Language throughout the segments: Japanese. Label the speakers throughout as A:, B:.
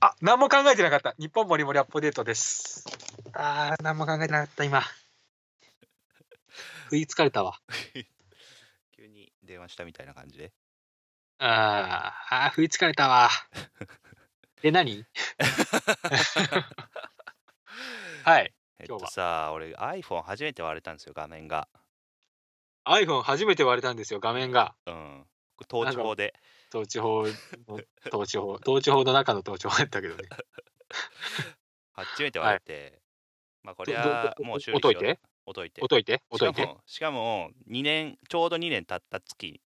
A: あ、何も考えてなかった。日本もりもりアップデートです。あー、何も考えてなかった、今。 食いつかれたわ。
B: 急に電話したみたいな感 じで。
A: あー、あー食いつかれたわ。で、何はい。
B: えっ
A: 今日
B: と
A: は
B: さ、俺 iPhone 初めて割れたんですよ、画面が。
A: iPhone 初めて割れたんですよ、画面が。
B: うん。統治法で。
A: 統治法の、 統治法、統治法の中の統治法だったけどね。
B: 初めて割れて。まあこれ
A: ど
B: は
A: どど
B: もう修理
A: おといて、
B: おといて。
A: おといて、お
B: し
A: と
B: か
A: いて。
B: も、しかも2年、ちょうど2年経った月。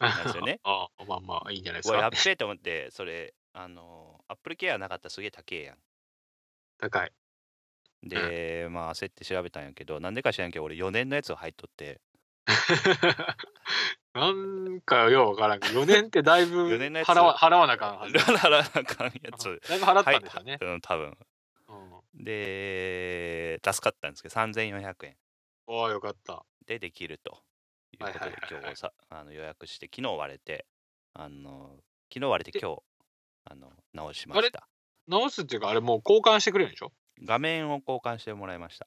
B: なんですよね
A: あーまあまあ、いいんじゃないです
B: おい、ア
A: か
B: ップ。デート思って、それ、あの、Apple ケアなかったらすげえ高えやん。
A: 高い。
B: で、まあ焦って調べたんやけど、なんでか知らんけど、俺4年のやつが入っとって、
A: なんかようわからんけど、4年ってだいぶ
B: 四年のやつ
A: 払わ払わなあかんはず
B: ラ ララなんかんやつ。
A: だいぶ払ったんでしょう
B: 入
A: ね。
B: ったうん、多分。
A: うん、
B: で、助かったんですけど、3400円
A: おお、よかった。
B: でできるということで、
A: はいはいはいはい
B: 今日さあの予約して、昨日割れて、あの昨日割れて
A: で
B: 今日あの直しま
A: あれ
B: した。
A: 直すっていうか、あれもう交換してくれるんでしょ
B: 画面を交換してもらいました。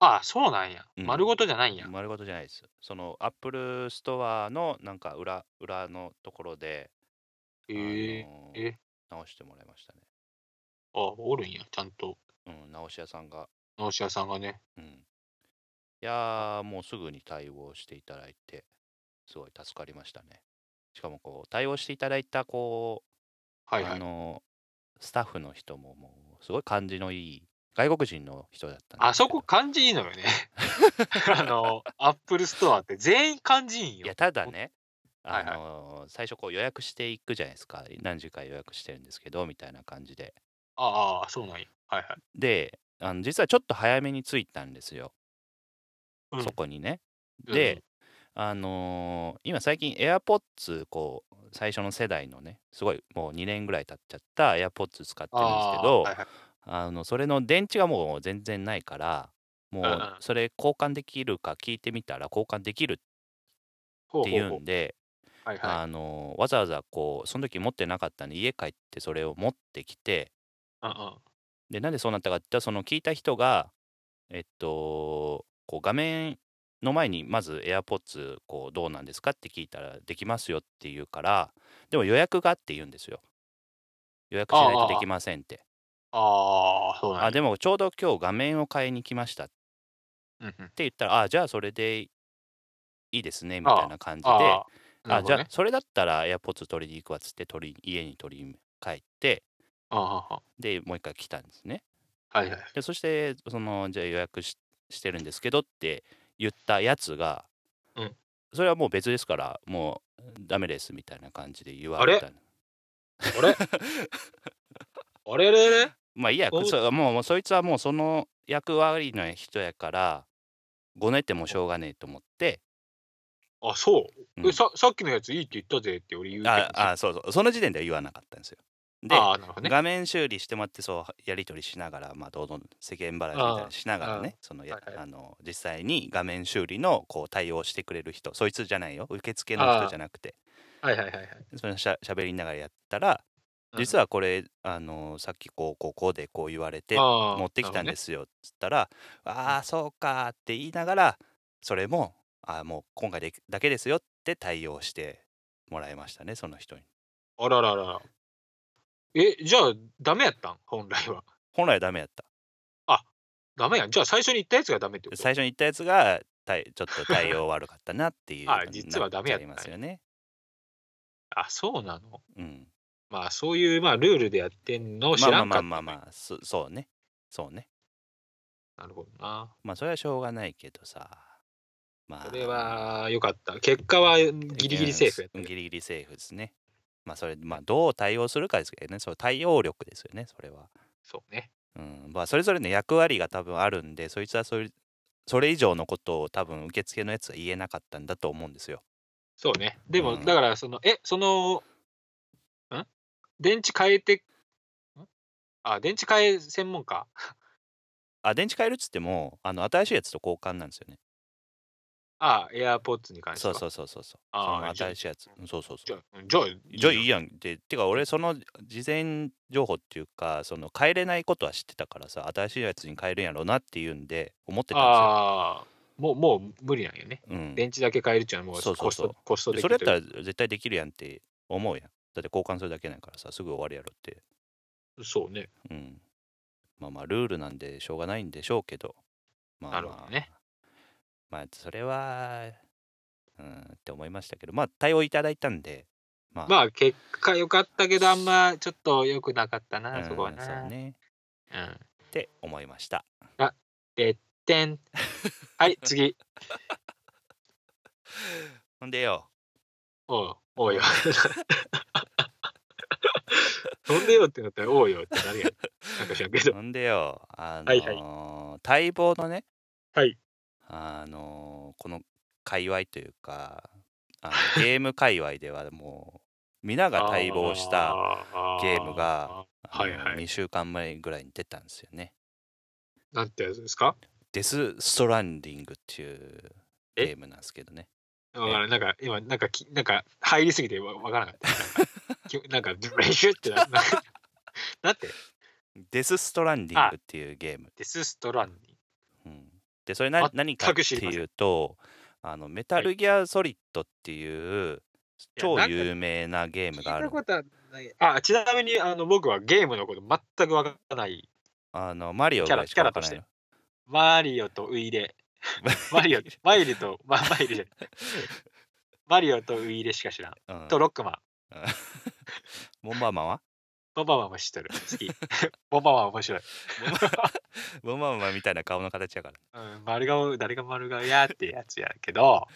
A: ああ、そうなんや。
B: うん
A: 丸ごとじゃないんや。
B: 丸ごとじゃないです。その Apple ストアのなんか裏裏のところで、
A: へえ
B: あの
A: え
B: 直してもらいましたね。
A: ああ、おるんや。ちゃんと
B: うん、直し屋さんが
A: 直し屋さんがね。
B: うん。いやー、もうすぐに対応していただいて、すごい助かりましたね。しかも、こう、対応していただいた、こう、
A: はいは
B: あ
A: い。
B: の、スタッフの人も、もう、すごい感じのいい、外国人の人だったん
A: あ
B: ですけ
A: そ
B: ど
A: こ感じいいのよね。 あの、アップルストアって全員感じいいん
B: いや、
A: よ。
B: ただね、
A: は
B: あ
A: いはい
B: のー最初、こう、予約していくじゃないですか。何時か予約してるんですけど、みたいな感じで。
A: ああ、そうなんや。はいはい。
B: で、あの実はちょっと早めに着いたんですよ、
A: うん
B: そこにね。
A: うん
B: で、あのー今最近 AirPods こう最初の世代のねすごいもう2年ぐらい経っちゃった AirPods 使ってるんですけ
A: あ
B: ど
A: あは
B: あ、
A: いはい
B: のそれの電池がもう全然ないからも
A: んう
B: うんそれ交換できるか聞いてみたら交換できる
A: ほう
B: ってい
A: ほう
B: う
A: ほう。
B: んで
A: はいはい。
B: あのーわざわざこうその時持ってなかったんで家帰ってそれを持ってきて
A: うんうん
B: でなんでそうなったかって言ったらその聞いた人がえっとこう画面の前にまず AirPods こうどうなんですかって聞いたらできますよって言うからでも予約がって言うんですよ予約しない
A: あ
B: と
A: あ
B: できませんって
A: ああ、そう
B: あ
A: なんや。
B: でもちょうど今日画面を買いに来ましたって
A: うんうん
B: 言ったらあじゃあそれでいいですねみ
A: ああ
B: たいな感じで
A: ああ、な
B: あ
A: るほ
B: じゃ
A: ど
B: あ
A: ね。
B: それだったら AirPods 取りに行くわっつって取り家に取りに帰って
A: あああ
B: でもう一回来たんですね
A: あ はいはい。
B: でそしてそのじゃあ予約ししてるんですけどって言ったやつが、
A: うん
B: それはもう別ですからもうダメですみたいな感じで言わ
A: あ
B: れ
A: れ
B: たの
A: あれあれれれ
B: まあいいや
A: お
B: そもうもうそいつはもうその役割の人やからごねてもしょうがねえと思って、
A: あ、そうう、
B: ん
A: えさ。さっきのやついいって言ったぜって俺言うけど
B: あ
A: さ
B: あそうそうその時点では言わなかったんですよで、
A: ああ、なるほどね。
B: 画面修理してもらってそうやり取りしながらまあどんどん世間払いみたいなしながらねそのや、
A: はいはい
B: あの実際に画面修理のこう対応してくれる人そいつじゃないよ受付の人じゃなくて
A: はいはいはいはい。
B: そのしゃしゃべりながらやったら実
A: は
B: はこれ、あのさっきこうこうこうでこう言われて
A: 持。
B: 持ってきたんですすよっつったら「ああそうか」って言いながらそれも「あーもう今回でだけですよ」って対応してもらいましたねその人に。
A: あらららら。え、じゃあダメやったん本来は。
B: 本来はダメやった
A: ダメやん。じゃあ最初に言ったやつがダメってこと
B: 最初に言ったやつがたいちょっと対応悪かったなってい う
A: あ実はダメやった
B: り
A: んや
B: ますよね。
A: あ、そうなの
B: うん、
A: まあそういう、まあ、ルールでやってんのを知
B: まあま
A: ら
B: あ
A: ん
B: ま
A: か
B: あ
A: った。
B: まあまあそそうねそうね
A: なるほどな。
B: まあそれはしょうがないけどさまあ
A: それは良かった。結果はギリギリセーフやった
B: うん
A: けど。
B: ギリギリセーフですねまあそれまあどう対応するかですけどねその対応力ですよねそれは
A: そうね。
B: うんまあそれぞれの役割が多分あるんでそいつはそれそれ以上のことを多分受付のやつは言えなかったんだと思うんですよ
A: そうね。でも、
B: うん
A: だから、その、え、その、ん電池変えて、んあ、電池変え専門家。
B: あ電池変えるっつってもあの新しいやつと交換なんですよね
A: ああ、AirPods に関して
B: そう
A: は。
B: そううそうそうそうそ
A: あ
B: の
A: あじゃあ
B: 新しいやつうんそうそうそう
A: じゃあ、じゃあ、
B: じゃあいい
A: や。
B: やんっててか俺その事前情報っていうかその変えれないことは知ってたからさ新しいやつに変えるんやろうなっていうんで思ってた
A: ああ、もう、もう無理なんよね。
B: んですよ、
A: 電池だけ変えるっちゃうのはも
B: そううそ
A: コ
B: う
A: ス
B: そう
A: ト、コスト
B: うん、
A: 的
B: でそれやった
A: という
B: ら絶対できるやんって思うやんだって交換するだけなんやからさすぐ終わるやろって
A: かそうね。
B: うんまあまあルールなんでしょうがないんでしょうけどまあ、まあ、
A: なるほどね
B: まあそれはうんって思いましたけどまあ対応いただいたんでまあ
A: まあ、結果良かったけど、あんまちょっと良くなかったな、そこは
B: うん
A: な。
B: そうね
A: うん。
B: って思いました
A: で、てん。はい、次。
B: ほんでよ
A: おう、おうよ。飛んでよってなったら、おうよってなるやん。なんか知らん けど。
B: ほんでよ、あのー
A: はいは
B: 待望のね、
A: はい
B: あのーこの界隈というかあ のゲーム界隈ではもう皆が待望した
A: た
B: ゲームが。
A: あーはいはい
B: 2週間前ぐらいに出たんですよね。
A: なんてやつですか
B: デス・ストランディングっていうゲ
A: え
B: ームなんですけどね。
A: わからんなんか今なんかきなんか入りすぎてわわからなかった。き なんか練習ってななだって
B: デス・ストランディングっていうゲーム。
A: デスストランに
B: うん、でそれな何かっ
A: 全く知
B: て
A: りません
B: いうとあのメタルギアソリッドっていう超
A: なんか
B: 有名なゲームが
A: 聞
B: あ
A: い
B: る
A: たことはない。あちなみにあの僕はゲームのこと全くわからない。
B: あのマリオぐらいしかわからないの
A: マリオとウイ レ。マリオマイルとまマイルじゃない。マリオとウイレしか知らん。
B: うん
A: とロックマン。
B: ボンバーマ ンは
A: ボンバーマンも知ってる。好 き。ボンバーマン面白い。
B: ボンバーボンバーマンみたいな顔の形やから
A: うん、丸顔誰が丸顔やってやつやけど。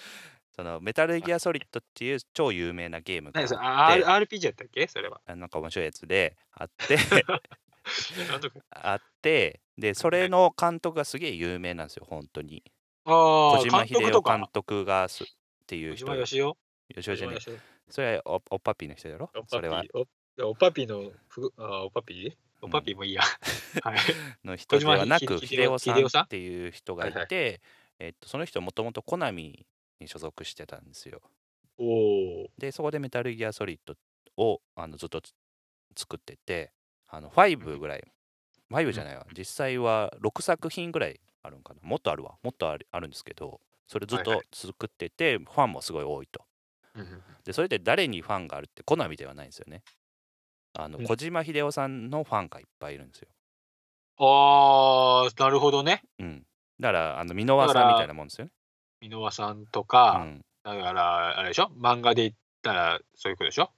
B: そのメタルギアソリッドっていう超有名なゲームが
A: 何それ
B: あ
A: あ R- ?RPG やったっけそれ は。
B: なんか面白いやつであって
A: なんとか
B: あってでそれの監督がすげえ有名なんですよ本当に
A: あ
B: 小
A: あ、
B: 島
A: 監
B: 秀
A: 督と
B: 夫監
A: か。
B: 督がすっていう
A: 小
B: 人
A: 島よしお。
B: 吉尾じゃねえ
A: 小島よし
B: それはおおっぱっぴーの人だろ
A: おおっぱ
B: それは
A: ぴー。おいやおっぱぴーのふぐ、あーおっぱぴーおっぱぴーもいいや。 はい。
B: の人ではなく
A: 小島ひ
B: 秀夫さ
A: 秀夫
B: ん
A: さん
B: っていう人がいて、
A: はい
B: えっと、その人もともとコナミに所属してたんですよ
A: おおー。
B: でそこでメタルギアソリッドをあのずっとつ作っててあの5ぐらい5じゃないわ実際は6作品ぐらいあるんかなもっとあるわもっとあるあるんですけどそれずっ
A: はい
B: と
A: は
B: 作ってて、ファンもすごい多いと
A: うんうん
B: でそれで誰にファンがあるってコナミではないんですよねあの
A: うん
B: 小島秀夫さんのファンがいっぱいいるんですよ
A: ああ、なるほどね。
B: うん、だからあの箕輪さんみたいなもんですよね。
A: 箕輪さんと
B: う
A: か、
B: ん、
A: だから、あれでしょ漫画で言ったら、そういうことでしょ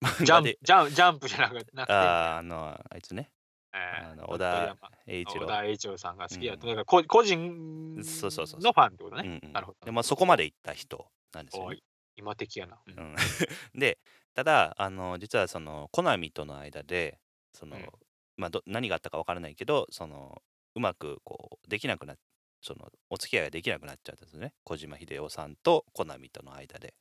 A: ジ
B: な
A: ャ
B: ん
A: ン
B: で
A: プ、ジャンジャンプじゃなく なくて。
B: あーあのあいつね
A: えー
B: あの小田栄一
A: 小
B: 郎。
A: 田栄一郎さんが好きだと、
B: う
A: だからこ個人の
B: そうそうそうそう
A: ファンってこと
B: う
A: ね。
B: んうん
A: なるほど
B: でまあそこまで行った人なんですよ
A: お
B: ね。
A: い今的やな。うん
B: うん、 でただあの実はそのコナミとの間でその、
A: うん
B: まあ、ど何があったかわからないけどそのうまくこうできなくなっそのお付き合いができなくなっちゃったんですね小島秀夫さんとコナミとの間で。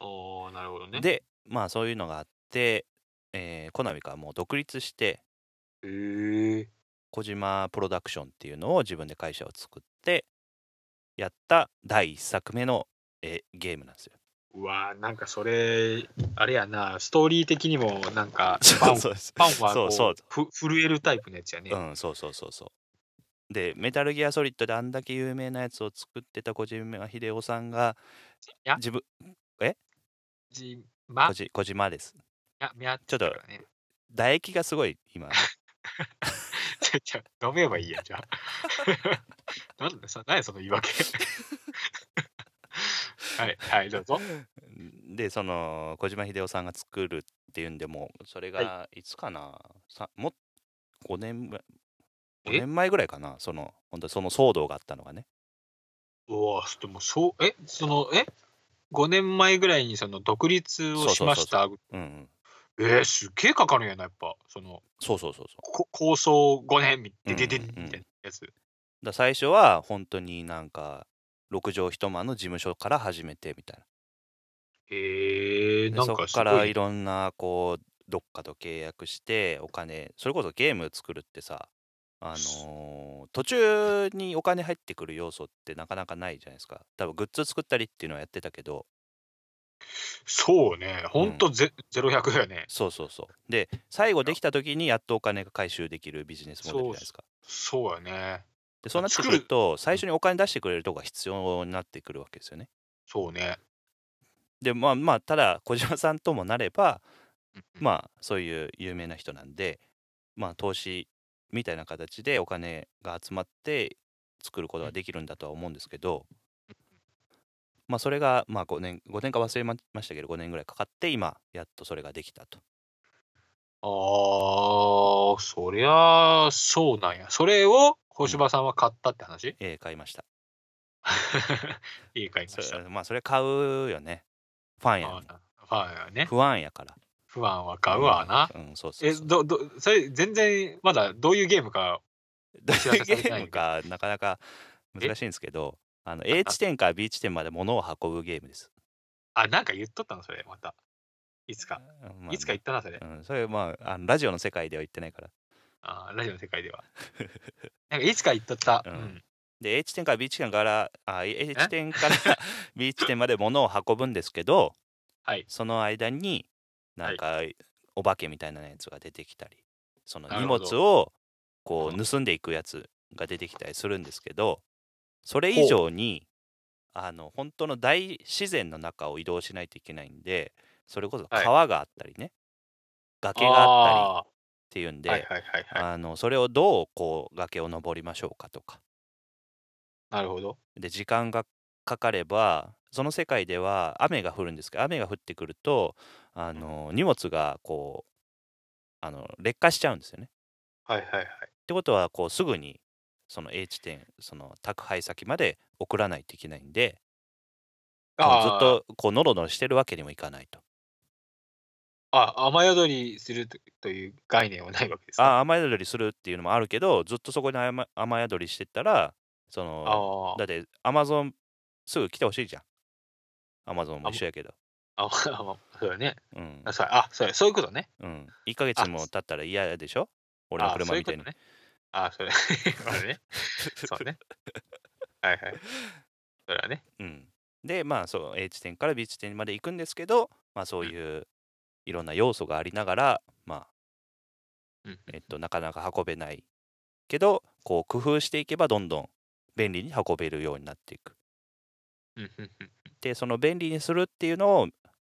A: おーなるほどね。
B: でまあそういうのがあって、えーコナミからもう独立して
A: へー
B: 小島プロダクションっていうのを自分で会社を作ってやった第一作目の、えーゲームなんですよ。
A: うわーなんかそれあれやなストーリー的にもなんかファン
B: そうそうです
A: ファンは
B: そ
A: こ
B: う
A: う
B: そう
A: ふ震えるタイプのやつやね。
B: うんそうそうそうそう。でメタルギアソリッドであんだけ有名なやつを作ってた小島秀夫さんが
A: や
B: 自分
A: じま
B: 小じ小島です。
A: やみゃ
B: ちょっと
A: ね。
B: 唾液がすごい今
A: じゃあ飲めばいいやじゃあ。 なんださ何やその言い訳。 はいはいどうぞ。
B: でその小島秀夫さんが作るっていうんでもうそれがいつかな、さもっ5年前5
A: え
B: 年前ぐらいかなその本当その騒動があったのがね
A: うわでもそうえそのえ5年前ぐらいにその独立をしました
B: うん、うん、
A: えー、すっげえかかるんやなやっぱその
B: そうそうそうそう
A: こ構想5年みででで
B: うんうんうん
A: みたいなやつ
B: だ最初は本当になんか6畳一間の事務所から始めてみたい
A: えー、
B: なで
A: なん
B: そ
A: か
B: こ
A: すご
B: からい
A: い
B: ろんなこうどっかと契約してお金それこそゲーム作るってさあのーの途中にお金入ってくる要素ってなかなかないじゃないですか多分グッズ作ったりっていうのはやってたけど
A: そうね、ほんとゼ,、ゼロ100だよね。
B: そうそうそうで最後できた時にやっとお金が回収できるビジネスモデルじゃないですか
A: そうやね。
B: でそうなってくると最初にお金出してくれるとこが必要になってくるわけですよね
A: そうね。
B: でまあまあただ小島さんともなれば
A: あ、
B: まあそういう有名な人なんでまあ投資みたいな形でお金が集まって作ることができるんだとは思うんですけどまあそれがまあ5年5年か忘れましたけど5年ぐらいかかって今やっとそれができたと。
A: あー、そりゃあそうなんや。それを小芝さんは買ったって 話、
B: えー買いました。
A: いい買いまし
B: そ
A: た。
B: れまあそれ買うよね。ファンや
A: あ。ファンやね。
B: 不安やから。
A: 不安は買うわな。
B: うん、うんそうそう
A: え、
B: そう。
A: ど、ど、それ全然まだどういうゲームか。
B: どう
A: 知ら
B: いう
A: せて
B: ゲ
A: あげたい
B: ームかなかなか難しいんですけど、あの A 地点から B 地点まで物を運ぶゲームです。
A: あ、なんか言っとったのそれ、また。いつか。
B: うんまあ
A: いつか言ったな、それ。
B: うん、それまああのラジオの世界では言ってないから。
A: あーラジオの世界では。なんかいつか言っとった。
B: う
A: うんん。
B: で A 地点から B 地点からあ A 地点から B 地点まで物を運ぶんですけど、
A: はい
B: その間になんか、お化けみたいなやつが出てきたりその
A: なる
B: 荷
A: ほど
B: 物をこ
A: なる
B: う盗んでいくやつが出てきたりするんですけどそれ以上にあの本当の大自然の中を移動しないといけないんでそれこそ
A: はい
B: 川があったりね、崖があったり
A: あ
B: っていうん
A: ー
B: で、
A: はいはいはいはい。
B: あのそれをどうこう崖を登りましょうかとか
A: なるほど。
B: で時間がかかればその世界では雨が降るんですけど雨が降ってくるとあの荷物がこうあの劣化しちゃうんですよね。
A: はいはいはい。
B: ってことはこうすぐにその A 地点その宅配先まで送らないといけないんでずっ
A: あー
B: とこうノロノロしてるわけにもいかないと。
A: あ、雨宿りするとという概念はないわけですか。
B: あ雨宿りするっていうのもあるけどずっとそこに雨雨宿りしてたらその
A: あ
B: だってアマゾンすぐ来てほしいじゃん。アマゾンも一緒やけど。
A: あ、あ、あそうだね。
B: うん
A: あ、そうあそうそういうことね。
B: うん、1ヶ月も経ったら嫌でしょ俺の
A: あそ
B: 車
A: ういう
B: み
A: こと
B: たいに。
A: ね。あ、それ。あれね。 そうね。はいはい。それはね。
B: うん、でまあそう A 地点から B 地点まで行くんですけど、まあ、そういういろんな要素がありながら、まあ
A: うん
B: えっと、なかなか運べないけどこう工夫していけばどんどん便利に運べるようになっていく。
A: うんうんうん
B: でその便利にするっていうのを、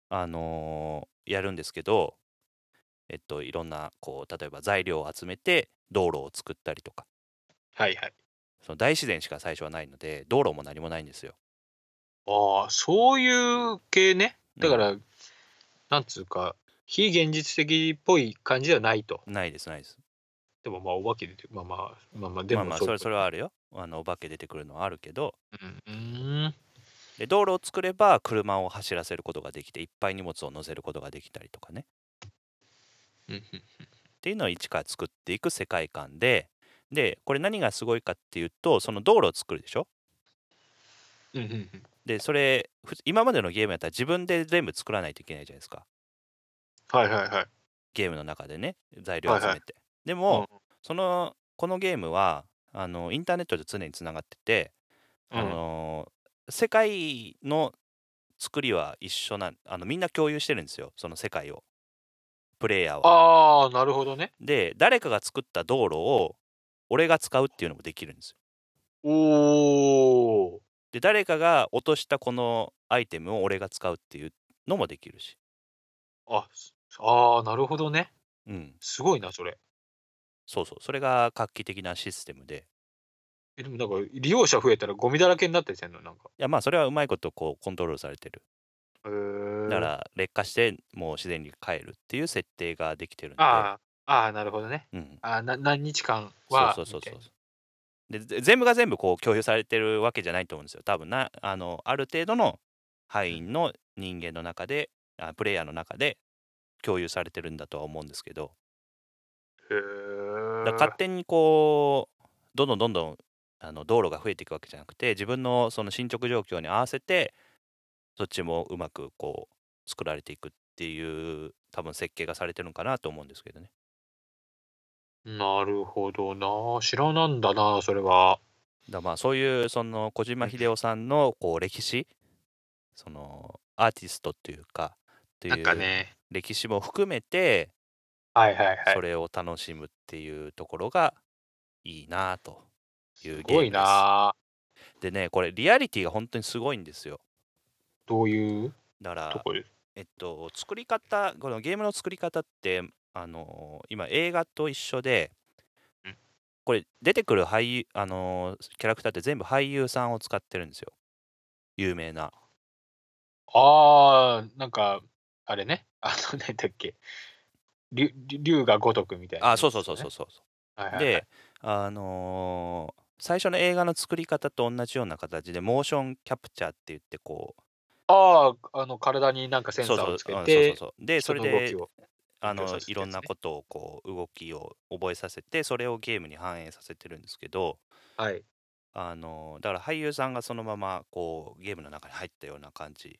B: あのーやるんですけど、えっと、いろんなこう例えば材料を集めて道路を作ったりとか
A: はいはい。
B: その大自然しか最初はないので道路も何もないんですよ。
A: ああ、そういう系ね。
B: うん
A: だから、なんつうか、非現実的っぽい感じではないと。
B: ないですないです。
A: でもまあ、お化け出て、まあまあ、まあまあ、で
B: まあ
A: も
B: まあそれそれはあるよ。あのお化け出てくるのはあるけど
A: うん。うん。
B: で道路を作れば車を走らせることができていっぱい荷物を載せることができたりとかね
A: うん
B: っていうのを一から作っていく世界観ででこれ何がすごいかっていうとその道路を作るでしょ
A: うんうんうんうん。
B: でそれふ今までのゲームやったら自分で全部作らないといけないじゃないですか
A: はいはいはい。
B: ゲームの中でね材料を集めて。
A: はい
B: で
A: う
B: も、そのこのゲームはあのインターネットで常につながってて、
A: ん
B: あのー世界の作りは一緒なんあのみんな共有してるんですよその世界をプレイヤーは。
A: ああ、なるほどね。
B: で誰かが作った道路を俺が使うっていうのもできるんですよ。
A: おお。
B: で誰かが落としたこのアイテムを俺が使うっていうのもできるし。
A: あ、すあーなるほどね。
B: うん、
A: すごいな、それ。
B: そうそうそれが画期的なシステムで
A: え、でもなんか、利用者増えたらゴミだらけになったりしてんの、なんか。
B: いやまあそれはうまいことこうコントロールされてる
A: へー
B: だから劣化してもう自然に帰るっていう設定ができてるんで、
A: ああ、ああ、なるほどね。
B: うん、
A: あーな何日間
B: そう
A: は。
B: そうそうそう
A: みたい
B: でぜ全部が全部こう共有されてるわけじゃないと思うんですよ多分なあのある程度の範囲の人間の中であプレイヤーの中で共有されてるんだとは思うんですけど
A: なへえ。
B: だから勝手にこうどんどんどんどんあの道路が増えていくわけじゃなくて自分のその進捗状況に合わせてそっちもうまくこう作られていくっていう多分設計がされてるのかなと思うんですけどね。
A: うなるほどな。知らなんだな、それは。
B: だまあそういうその小島秀夫さんのこう歴史そのアーティストというかとい
A: なんか
B: う
A: ね。
B: 歴史も含めて
A: はいはいはい
B: そ。れを楽しむっていうところがいいなとい
A: す
B: うゲーム
A: ご
B: で
A: い
B: す。
A: な。
B: でねこれリアリティが本当にすごいんですよ。
A: どういう
B: だか
A: と
B: ら
A: こで。
B: えっと作り方このゲームの作り方ってあの今映画と一緒で
A: うん
B: これ出てくる俳優あのキャラクターって全部俳優さんを使ってるんですよ有名な
A: ああ、なんか、あれね。あの、何だっけ。竜竜が如くみたいな。
B: あそうそうそうそう。そう
A: はいはいはい、
B: で、あのー最初の映画の作り方と同じような形でモーションキャプチャーって言ってこう
A: ああ、あの、体になんかセンサーをつけ
B: うん
A: て、
B: そうそうそうでそ
A: 人
B: れ
A: の動
B: で
A: きを。
B: あ
A: 勉強
B: の
A: させて
B: い
A: るや
B: ろ
A: つね
B: んなことをこう動きを覚えさせてそれをゲームに反映させてるんですけど
A: はい。
B: あのだから俳優さんがそのままこうゲームの中に入ったような感じ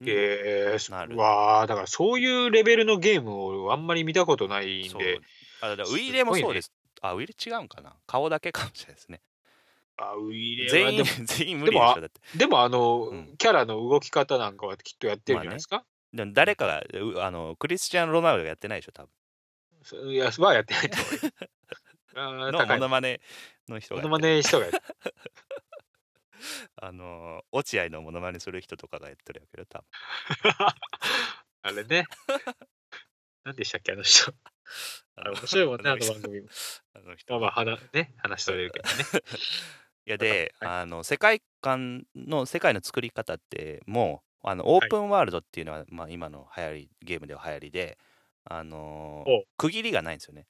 B: に
A: えー、
B: なる
A: うわあ、だからそういうレベルのゲームをあんまり見たことないん
B: そう
A: で、
B: あだからウ
A: すごい
B: ィーレもそうですあウィーレ違うんかな顔だけかもしれないですね
A: あウイレは
B: 全
A: で
B: 員
A: も
B: 全員無理
A: で
B: でし
A: も
B: ょ
A: あ
B: だって
A: でもあの、
B: うん
A: キャラの動き方なんかはきっとやってるんじゃないですか、
B: でも誰かがうあのクリスチアン・ロナウドがやってないでしょ多分
A: そいや、はやってないと思 うよあー高
B: のモ
A: い
B: ノ
A: な。
B: マネの人
A: モ
B: が
A: ノマネ人がやってる
B: あの落合のモノマネする人とかがやってるやけど多分
A: あれね。何でしたっけ、あの人。あれ面白いもんね、あの番組も。
B: あの人
A: まあまあ、話ね、話しとれるけどね。
B: いやで、
A: は
B: あの世界観の世界の作り方ってもうあのオープンワールドっていうのは、まあ、今の流行りゲームでは流行りで、あのー
A: お
B: 区切りがないんですよね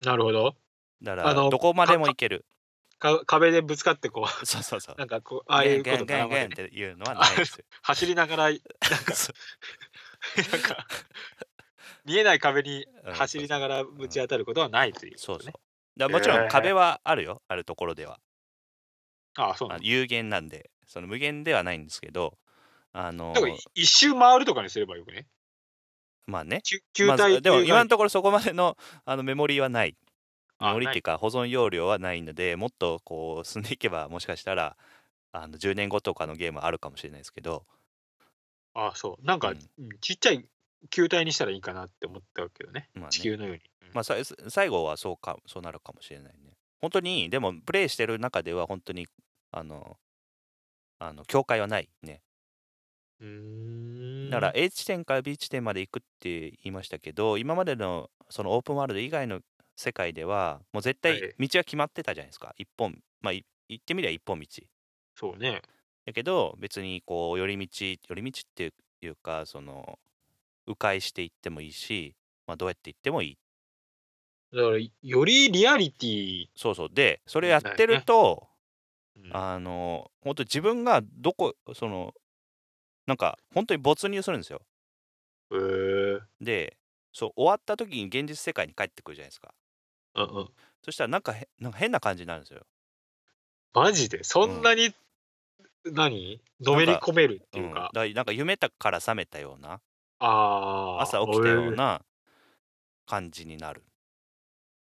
A: なるほど。
B: だから
A: あの
B: どこまでも行ける
A: か壁でぶつかってこう、
B: そうそうそう
A: なんかこう、ああいうこと
B: ゲンゲン
A: 絡ま
B: ゲ
A: れ
B: ンゲンって
A: ね、
B: ていうのはないんですよ
A: 走りながら、なんか
B: そ
A: なんか見えない壁に
B: うん
A: 走りながらぶち当たることはないというこ
B: そう
A: と
B: そう
A: ね。
B: だからもちろ
A: へ
B: ん
A: ー
B: 壁はあるよあるところでは
A: ああ、そうな
B: あ
A: んだ。
B: 有限なんでその無限ではないんですけどあの
A: だからい一周回るとかにすればよくね。
B: まあね
A: 球球
B: まあ
A: 体って
B: でも
A: いう
B: 今
A: か
B: のところそこまでのあのメモリーはないメ
A: あ
B: モリーっていうか保存容量はないのでもっとこう進んでいけばもしかしたらあの10年後とかのゲームあるかもしれないですけど
A: ああ、そう。なんか、
B: うん
A: うんちっちゃい球体にしたらいいかなって思ったけどね。
B: まあね
A: 地球のように。うん
B: まあ、さ最後はそうかそうなるかもしれないね本当にでもプレイしてる中では本当にあのあの境界はないね
A: うーん。
B: だから A 地点から B 地点まで行くって言いましたけど今までのそのオープンワールド以外の世界ではもう絶対
A: はい
B: 道は決まってたじゃないですか一本まあい言ってみりゃ一本道
A: そうね。
B: だけど別にこう寄り道寄り道っていうかその迂回していってもいいし、まあ、どうやって行ってもいい
A: だから、よりリアリティ、
B: そうそうでそれやってると、
A: うん
B: あの本当自分がどこそのなんか本当に没入するんですよ
A: えー
B: でそう終わった時に現実世界に帰ってくるじゃないですか
A: うんうん。
B: そしたらなんかへなんか変な感じになるんですよ
A: マジで、そんなに、何のめり込めるっていう
B: うん、だ
A: か。
B: からなんか夢から覚めたような
A: ああ。
B: 朝起きたよう
A: 俺
B: な感じになる、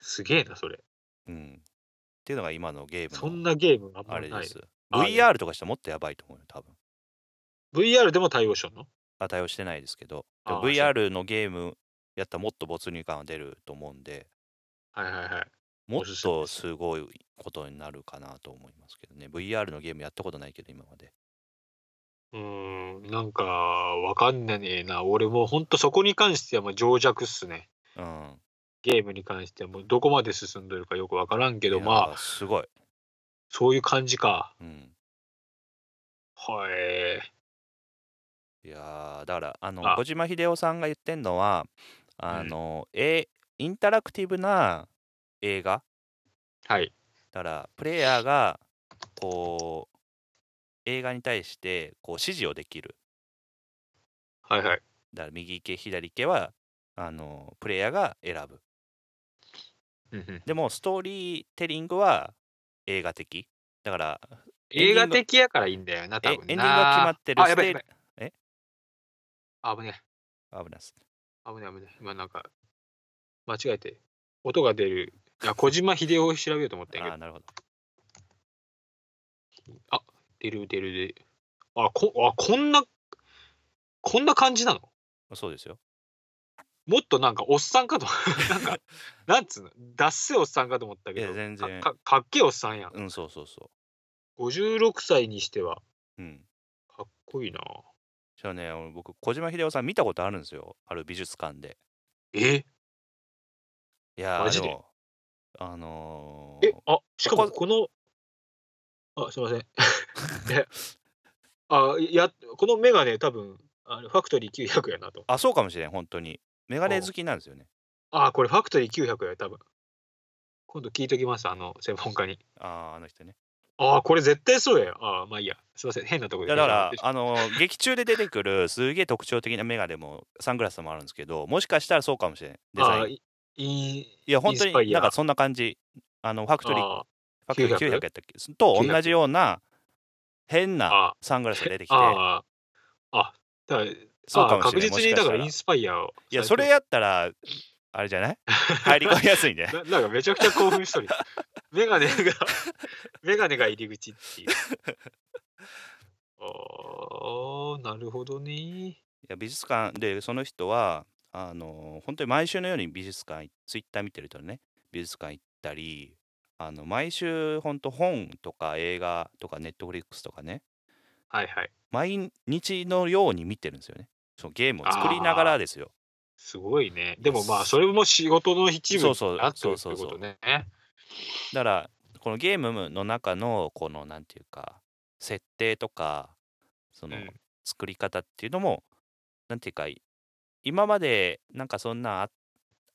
A: すげえな、それ。
B: うん、っていうのが今のゲームの
A: そんなゲームあん
B: あ
A: ま
B: れ
A: り
B: で
A: ない
B: す。。
A: あ
B: VR とかしたらもっとやばいと思うよ、多分。
A: VR でも対応しようの
B: あ対応してないですけど、でも
A: あー
B: VR のゲームやったらもっと没入感が出ると思うんで、
A: はいはいはい。
B: もっ
A: おすすめ
B: と
A: です
B: すごいことになるかなと思いますけどね。VR のゲームやったことないけど、今まで。
A: うーん、なんか、わかんねえな。俺もうほんとそこに関してはもう情弱っすね。
B: うん。
A: ゲームに関してはもうどこまで進んでるかよくわからんけ
B: け
A: ど、まあ、
B: すごい。
A: そういう感じか。
B: うん。
A: はい。え
B: いやーだから、あの、
A: あ
B: 小島秀夫さんが言ってんのは、あの、えインタラクティブな映画
A: はい。
B: だからプレイヤーがこう映画に対してこう指示をできる
A: はいはい。
B: だから右行け左行けはあのプレイヤーが選ぶ
A: うんうん
B: でもストーリーテリングは映画的だから
A: 映画的やからいいんだよな、
B: え
A: 多
B: エン
A: 分な。
B: ディングが決まってる
A: あ、やばいやばい。
B: え
A: あ危ね
B: 危ないです
A: え、危ねえ、危ねえ。今なんか、間違えて、音が出る。いや小島秀夫を調べようと思ったんやけ
B: あ
A: ど
B: あ、なるほど。
A: 出る出る出る。あこあ、こんな、こんな感じなの
B: そうですよ。
A: もっとなんかおっさんかと、 なんか、なんつうの、だっせおっさんかと思ったけ
B: いや
A: ど、
B: 全然
A: かかかっけえおっさんやん。
B: うん、そうそうそ
A: 56歳にしては、
B: う。うん。
A: かっこいいな。
B: じゃあね、俺僕、小島秀夫さん見たことあるんですよ。ある美術館で。
A: え
B: いやー、
A: マジで
B: もあのー
A: え、あ、しかもこの、あ、すいません。 えあ、や、このメガネ多分、あれファクトリー900やなと。
B: あ、そうかもしれん、本当に。メガネ
A: うん
B: 好きなんですよね。
A: あ、これファクトリー900や、多分。今度聞いときます、あの、専門家に。
B: あーあの人ね。
A: ああ、これ絶対そうやよ。ああ、まあいいや。すいません。変なとこ
B: い
A: で。
B: やだから、あのー劇中で出てくるすげえ特徴的なメガネもサングラスもあるんですけど、もしかしたらそうかもしれん。デザイ
A: ああ、
B: ン。
A: いい、
B: いや、本当
A: インスパイ
B: に、
A: ア
B: なんかそんな感じ。あの、ファクトリー、フ
A: あ
B: ァクトリー900やったっけと同じような変
A: あ
B: な
A: あ
B: サングラスが出てきて、
A: あ、ああ、だから
B: そう
A: あ
B: か
A: あ確
B: もしれん。も
A: 実
B: し
A: に
B: か
A: だか
B: した
A: ら
B: ら
A: イ
B: い
A: ンスパイアを。
B: や、それやったら、あれじ ゃない入り込みやすいんじゃない
A: ななんかめちゃくちゃ興奮しとる。 メガネが、メガネが入り口っていう。ああ、なるほどね。
B: いや美術館でその人はあの本当に毎週のように美術館ツイッター見てるとね美術館行ったりあの毎週本当本とか映画とかネットフリックスとかね
A: はいはい。
B: 毎日のように見てるんですよねそのゲームを作りながらですよ
A: すごいね。でもまあ、それも仕事の一部
B: そうそう
A: になってるって
B: そう
A: こ
B: そうそう
A: とね。
B: だからこのゲームの中のこのなんていうか設定とかその
A: うん
B: 作り方っていうのも、なんていうかい今までなんかそんなんあ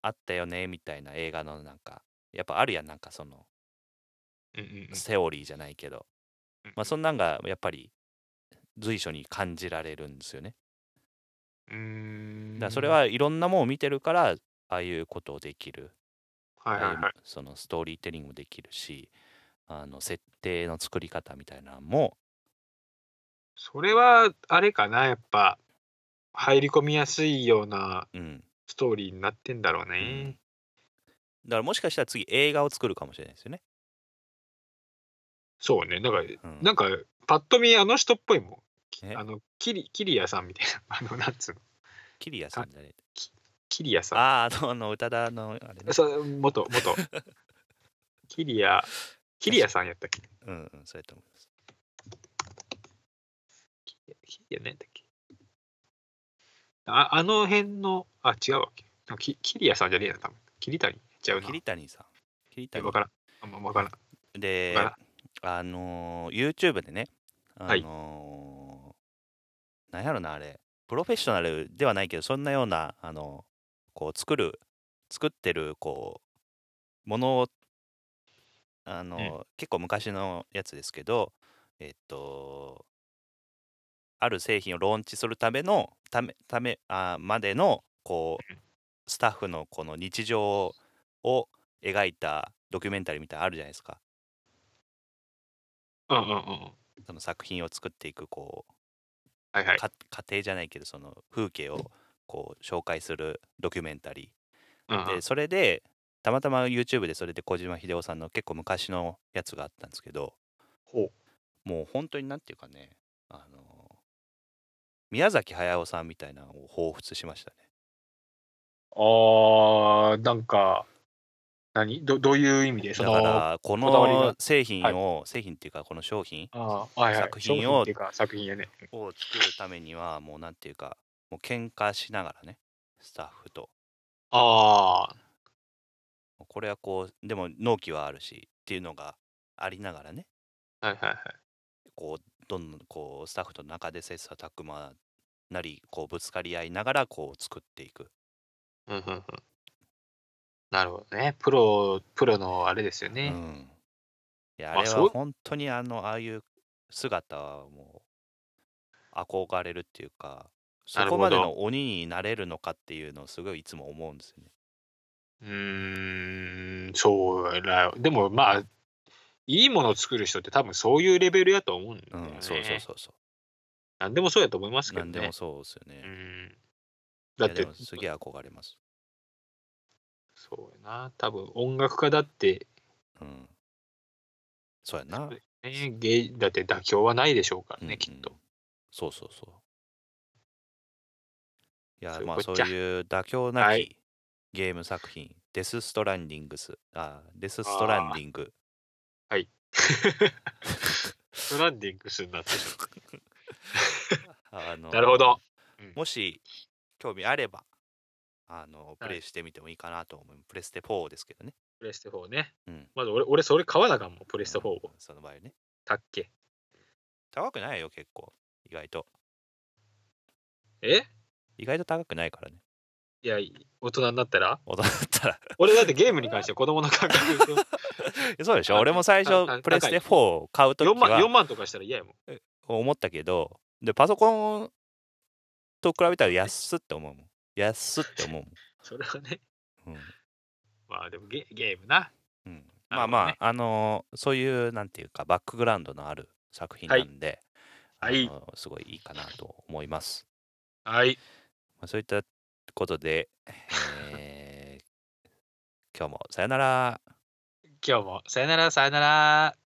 B: あったよねみたいな映画のなんかやっぱあるやんなんかその
A: うんうんうん
B: セオリーじゃないけど、
A: うん
B: まあ、そんなんがやっぱり随所に感じられるんですよね
A: うーん
B: だからそれ、はいろんなものを見てるからああいうことをできる
A: はいはいはい。
B: そのストーリーテリングもできるしあの設定の作り方みたいなのも
A: それはあれかなやっぱ入り込みやすいような
B: うん
A: ストーリーになってんだろう
B: うん
A: ね。
B: だからもしかしたら次映画を作るかもしれないですよね。
A: そうねなんか、
B: うん
A: なんかパッと見あの人っぽいもんき
B: え。
A: あのキリキリヤさんみたいな あのなんつうの
B: キリアさんじゃね
A: キリヤさん。
B: ああー、あの、あの、宇多田の、あれね。
A: そう元 元キリヤキリヤさんやったっけ
B: うん、うん、そうやと思います。
A: キリヤ何やったっけああの辺のあ違うわけなんかキキリヤさんじゃねえな多分キリタニちゃうな
B: 桐谷さん。桐
A: 分から
B: 谷
A: んあんま分からん
B: で
A: わか、
B: あのー、YouTube でね、あ
A: はい
B: のー、なんやろな、あれ、プロフェッショナルではないけど、そんなような、あの、こう、作る、作ってる、こう、ものを、あのー、結構昔のやつですけど、えっと、ある製品をローンチするためのためためあーまでのこうスタッフのこの日常を描いたドキュメンタリーみたいなのあるじゃないですか
A: うんうんうん
B: その作品を作っていくこ
A: はいは
B: う
A: い
B: か過程じゃないけどその風景をこう紹介するドキュメンタリ
A: うんうん
B: ーでそれでたまたま YouTube でそれで小島秀夫さんの結構昔のやつがあったんですけど
A: ほう
B: もう本当になんていうかねあの宮崎駿さんみたいなのを彷彿しましたね
A: あーなんか何どどういう意味でそ
B: だ
A: の
B: からこ
A: こだわり
B: の
A: が
B: 製品を、製品っていうかこの商品
A: あーはいはい、
B: 作品を
A: 商品っていうか作品やね
B: を作るためにはもうなんていうかもう喧嘩しながらねスタッフと
A: ああ
B: これはこうでも納期はあるしっていうのがありながらね
A: はいはいはい
B: こうどんどんこうスタッフとの中で切磋琢磨なりこうぶつかり合いながらこう作っていく
A: うんうんうんなるほどねプロプロのあれですよ
B: う
A: ね、
B: んいや
A: まあ
B: あれ
A: そ
B: は
A: う
B: 本当にあのああいう姿はもう憧れるっていうかそ
A: なる
B: こ
A: ほど
B: までの鬼になれるのかっていうのをすごいいつも思うんですよね
A: うーんそうだよでもまあいいものを作る人って多分そういうレベルやと思うんだ
B: う
A: よね、
B: ん、そうそうそうそ
A: 何でもそうやと思います
B: う
A: けど
B: 何で
A: ね
B: もそうですよね
A: うん
B: い
A: だ
B: や
A: っ
B: で
A: て
B: もすげえ憧れます
A: そうやな多分音楽家だって、
B: うん、そうやな、
A: ね、芸だって妥協はないでしょうから
B: うん
A: ね、
B: うん
A: きっと
B: そうそうそういや
A: そういう
B: まあ
A: こ
B: そ
A: っ
B: う
A: ちゃ
B: いう妥協なき、
A: はい
B: ゲーム作品デス・ストランディングスあデス・ストランディング
A: ストランディングスになってる
B: あの
A: なるほどうん
B: もし興味あればあのプレイしてみてもいいかなと思う、プレステ4ですけどね
A: プレステ4ね、
B: うん
A: まず俺俺それ買わなあかんもんプレステ4を
B: その場合ね
A: たっけ
B: 高くないよ結構意外と
A: え
B: 意外と高くないからね
A: いや大人になったら
B: 大人だったら
A: 俺だってゲームに関しては子供の感覚で
B: そうでしょ
A: あ
B: 俺も最
A: ああ
B: 初プレス
A: 高い
B: テ4を買う時
A: 4万4
B: は
A: 万とかしたら嫌やもん
B: 思ったけどでパソコンと比べたら安っって思うもん安っって思う
A: それはね
B: もん、うん
A: まあでもゲゲームな
B: うん、
A: な
B: ま
A: るほどね
B: あまああのーそういうなんていうかバックグラウンドのある作品なんで、
A: はい
B: あのーすごいいいかなと思います
A: はい
B: まあ、そういったことで、えー 今日もさよなら。
A: 今日もさよならさよなら